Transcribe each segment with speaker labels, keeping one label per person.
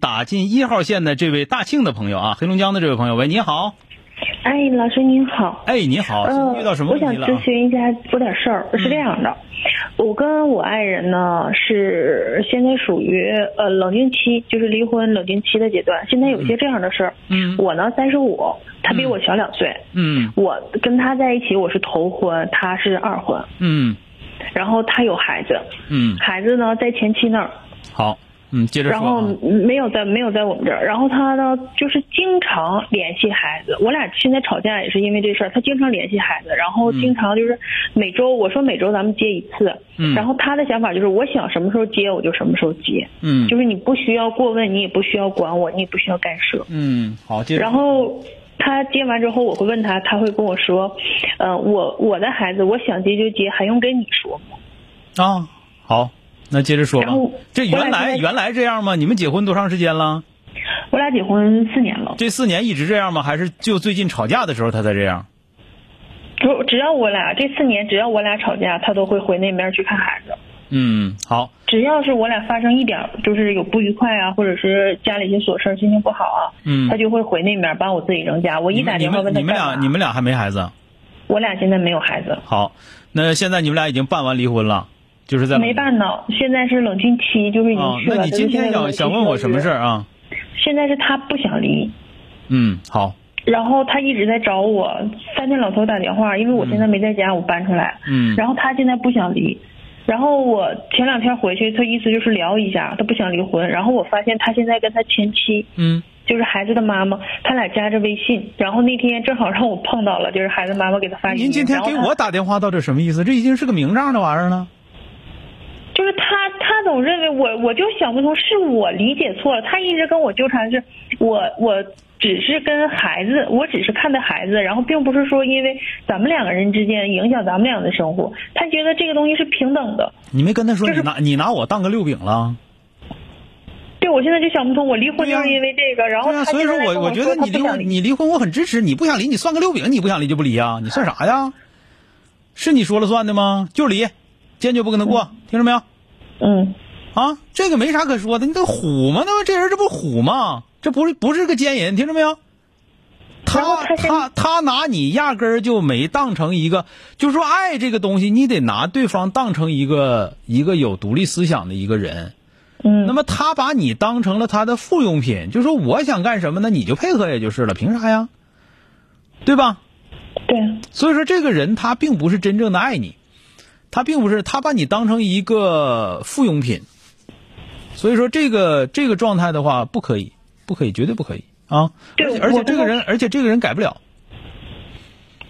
Speaker 1: 打进一号线的这位大庆的朋友啊，黑龙江的这位朋友，喂，你好，
Speaker 2: 哎，老师您好。
Speaker 1: 哎，你好，
Speaker 2: 呃，
Speaker 1: 遇到什么
Speaker 2: 我
Speaker 1: 问
Speaker 2: 想
Speaker 1: 题了啊？嗯
Speaker 2: 咨询一下，有点事儿。是这样的，我跟我爱人呢是现在属于呃冷静期，就是离婚冷静期的阶段。现在有些这样的事儿，
Speaker 1: 嗯
Speaker 2: 我呢三十五，他比
Speaker 1: 嗯
Speaker 2: 我小两岁。
Speaker 1: 嗯
Speaker 2: 我跟他在一起，我是头婚，他是二婚，
Speaker 1: 嗯
Speaker 2: 然后他有孩子，
Speaker 1: 嗯，
Speaker 2: 孩子呢在前妻那儿，
Speaker 1: 好，嗯，接着
Speaker 2: 然
Speaker 1: 说
Speaker 2: 后
Speaker 1: 啊，
Speaker 2: 没有在没有在我们这儿，然后他呢就是经常联系孩子，我俩现在吵架也是因为这事儿，他经常联系孩子，然后
Speaker 1: 嗯
Speaker 2: 经常就是每周我说每周咱们接一次，
Speaker 1: 嗯
Speaker 2: 然后他的想法就是我想什么时候接我就什么时候接，
Speaker 1: 嗯
Speaker 2: 就是你不需要过问，你也不需要管我，你也不需要干涉，
Speaker 1: 嗯，好，接着，
Speaker 2: 然后。他接完之后，我会问他，他会跟我说，呃，我我的孩子，我想接就接，还用跟你说吗？
Speaker 1: 啊，好，那接着说吧
Speaker 2: 然后。
Speaker 1: 这原
Speaker 2: 我俩现
Speaker 1: 来
Speaker 2: 在
Speaker 1: 原来这样吗？你们结婚多长时间了？
Speaker 2: 我俩结婚四年了，
Speaker 1: 这四年一直这样吗？还是就最近吵架的时候他才这样？
Speaker 2: 只只要我俩这四年，只要我俩吵架，他都会回那边去看孩子。
Speaker 1: 嗯，好，
Speaker 2: 只要是我俩发生一点儿就是有不愉快啊，或者是家里一些琐事儿，心情不好啊，
Speaker 1: 嗯
Speaker 2: 他就会回那边把我自己扔家。我一
Speaker 1: 你
Speaker 2: 打
Speaker 1: 们你
Speaker 2: 电话
Speaker 1: 们
Speaker 2: 问他
Speaker 1: 你们俩
Speaker 2: 干嘛
Speaker 1: 你们俩还没孩子？
Speaker 2: 我俩现在没有孩子，
Speaker 1: 好，那现在你们俩已经办完离婚了，就是在
Speaker 2: 没办呢，现在是冷静期，就是已
Speaker 1: 啊
Speaker 2: 经？去了。
Speaker 1: 那你今天想想问我什么事
Speaker 2: 儿？
Speaker 1: 儿啊？
Speaker 2: 现在是他不想离，
Speaker 1: 嗯，好，
Speaker 2: 然后他一直在找我，三天两头打电话，因为我现在没在家，我搬出来。
Speaker 1: 嗯
Speaker 2: 然后他现在不想离，然后我前两天回去，他意思就是聊一下，他不想离婚。然后我发现他现在跟他前妻，
Speaker 1: 嗯
Speaker 2: 就是孩子的妈妈，他俩加着微信。然后那天正好让我碰到了，就是孩子妈妈给他发语音。
Speaker 1: 您今天给
Speaker 2: 然后
Speaker 1: 我
Speaker 2: 他
Speaker 1: 打电话到底什么意思？这已经是个明账的玩意儿了。
Speaker 2: 就是他，他总认为我，我就想不通，是我理解错了。他一直跟我纠缠是，我我只是跟孩子，我只是看待孩子，然后并不是说因为咱们两个人之间影响咱们俩的生活。他觉得这个东西是平等的。
Speaker 1: 你没跟他说
Speaker 2: 就
Speaker 1: 你
Speaker 2: 是
Speaker 1: 拿你拿我当个六饼了？
Speaker 2: 对，我现在就想不通，我离婚
Speaker 1: 对
Speaker 2: 就
Speaker 1: 呀
Speaker 2: 是因为这个，然后
Speaker 1: 对
Speaker 2: 他
Speaker 1: 啊，所以
Speaker 2: 现
Speaker 1: 说
Speaker 2: 在跟
Speaker 1: 我
Speaker 2: 我
Speaker 1: 觉得
Speaker 2: 说
Speaker 1: 你离
Speaker 2: 他不想
Speaker 1: 婚你离婚我很支持，你不想离你算个六饼，你不想离就不离啊，你算啥呀？是你说了算的吗？就离，坚决不跟他过，听着没有？
Speaker 2: 嗯，
Speaker 1: 啊，这个没啥可说的，你这虎吗？那么这人这不虎吗？这不是不是个奸人，听着没有？
Speaker 2: 然后
Speaker 1: 他
Speaker 2: 他现
Speaker 1: 他他拿你压根儿就没当成一个，就是说爱这个东西，你得拿对方当成一个一个有独立思想的一个人。
Speaker 2: 嗯，
Speaker 1: 那么他把你当成了他的附庸品，就说我想干什么呢，你就配合也就是了，凭啥呀？对吧？
Speaker 2: 对，
Speaker 1: 所以说，这个人他并不是真正的爱你，他并不是他把你当成一个附庸品。所以说，这个这个状态的话，不可以，不可以，绝对不可以啊！
Speaker 2: 对
Speaker 1: 而且而且
Speaker 2: 我
Speaker 1: 这个人，而且这个人改不了，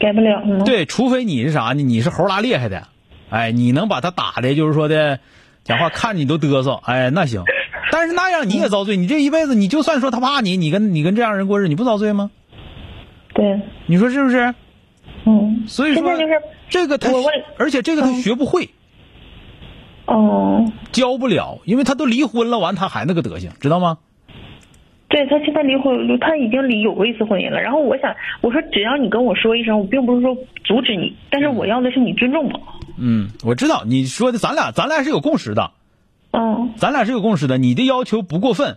Speaker 2: 改不了。嗯，
Speaker 1: 对，除非你是啥呢？你是猴拉厉害的，哎，你能把他打的，就是说的，讲话看你都嘚瑟，哎，那行。但是那样你也遭罪，你这一辈子，你就算说他怕你，你跟你跟这样人过日，子，你不遭罪吗？
Speaker 2: 对，
Speaker 1: 你说是不是？
Speaker 2: 嗯，
Speaker 1: 所以说
Speaker 2: 现在就是，
Speaker 1: 这个他
Speaker 2: 我问，嗯
Speaker 1: 而且这个他学不会。
Speaker 2: 哦、
Speaker 1: 交不了，因为他都离婚了，完他还那个德行，知道吗？
Speaker 2: 对他现在离婚，他已经离有过一次婚姻了。然后我想，我说只要你跟我说一声，我并不是说阻止你，但是我要的是你尊重我。
Speaker 1: 嗯，我知道你说的，咱俩咱俩是有共识的，
Speaker 2: 嗯，
Speaker 1: 咱俩是有共识的。你的要求不过分，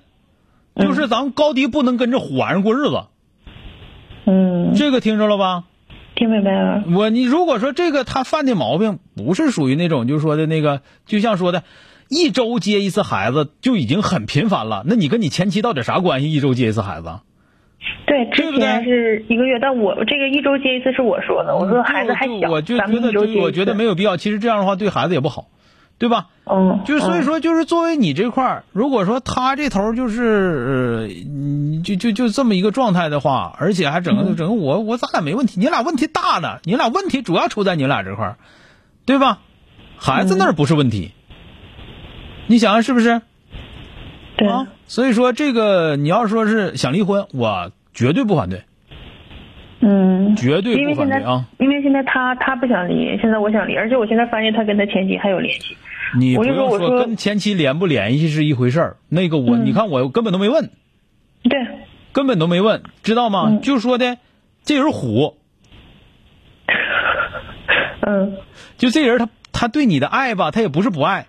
Speaker 1: 就是咱们高低不能跟着虎玩意儿过日子，
Speaker 2: 嗯，
Speaker 1: 这个听着了吧？
Speaker 2: 听明白了。
Speaker 1: 我你如果说这个他犯的毛病不是属于那种就是说的那个，就像说的，一周接一次孩子就已经很频繁了，那你跟你前妻到底啥关系？一周接一次孩子，
Speaker 2: 对，
Speaker 1: 对
Speaker 2: 之
Speaker 1: 不对
Speaker 2: 前是一个月，但我这个一周接一次是我说的，我说孩子还小，
Speaker 1: 我嗯就
Speaker 2: 咱们
Speaker 1: 觉得
Speaker 2: 一周接一
Speaker 1: 就
Speaker 2: 次。
Speaker 1: 我觉得没有必要。其实这样的话对孩子也不好，对吧？
Speaker 2: 嗯，
Speaker 1: 就是所以
Speaker 2: 嗯
Speaker 1: 说，就是作为你这块儿，如果说他这头儿就是，呃嗯，就就就这么一个状态的话，而且还
Speaker 2: 嗯
Speaker 1: 整个整个我我咱俩没问题，你俩问题大呢，你俩问题主要出在你俩这块儿，对
Speaker 2: 嗯
Speaker 1: 啊吧？孩子那儿不是问题，你想想是不是？
Speaker 2: 嗯对，
Speaker 1: 啊。所以说这个你要说是想离婚，我绝对不反对，
Speaker 2: 嗯，
Speaker 1: 绝对
Speaker 2: 因为
Speaker 1: 不反
Speaker 2: 现在
Speaker 1: 对啊！
Speaker 2: 因为现在他他不想离，现在我想离，而且我现在发现他跟他前妻还有联系。
Speaker 1: 你不
Speaker 2: 我就说
Speaker 1: 用
Speaker 2: 我说嗯
Speaker 1: 跟前妻联不联系是一回事儿，那个我、你看我根本都没问，
Speaker 2: 对，
Speaker 1: 根本都没问，知道吗？就说的这人虎，
Speaker 2: 嗯
Speaker 1: 就这人他他对你的爱吧，他也不是不爱，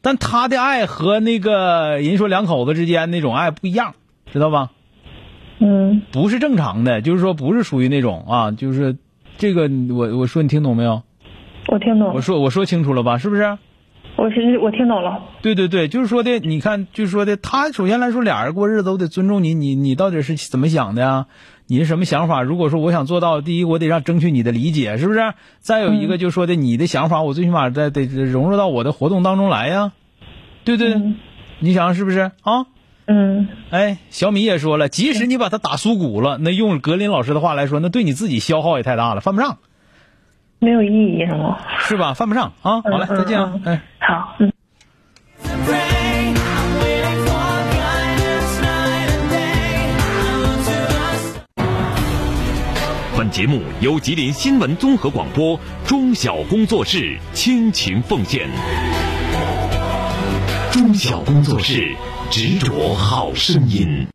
Speaker 1: 但他的爱和那个人说两口子之间那种爱不一样，知道吧？
Speaker 2: 嗯
Speaker 1: 不是正常的，就是说不是属于那种啊，就是这个我我说你听懂没有？
Speaker 2: 我听懂
Speaker 1: 我
Speaker 2: 了，
Speaker 1: 说我说清楚了吧？是不是？
Speaker 2: 我是我听懂了，
Speaker 1: 对对对，就是说的，你看，就是说的，他首先来说，俩人过日子都得尊重你，你你到底是怎么想的呀、你是什么想法？如果说我想做到，第一，我得让争取你的理解，是不是？再有
Speaker 2: 嗯
Speaker 1: 一个，就是说的，你的想法，我最起码得得融入到我的活动当中来呀、对对，
Speaker 2: 嗯
Speaker 1: 你想是不是啊？
Speaker 2: 嗯
Speaker 1: 哎，小米也说了，即使你把它打酥骨了，那用格林老师的话来说，那对你自己消耗也太大了，犯不上，
Speaker 2: 没有意义是吗？
Speaker 1: 是吧？犯不上啊！好嘞，
Speaker 2: 嗯嗯
Speaker 1: 再见啊！哎。
Speaker 2: 好，嗯。
Speaker 3: I'm waiting for guidance night and day. I look to us.
Speaker 4: 本节目由吉林新闻综合广播中小工作室倾情奉献。中小工作室执着好声音。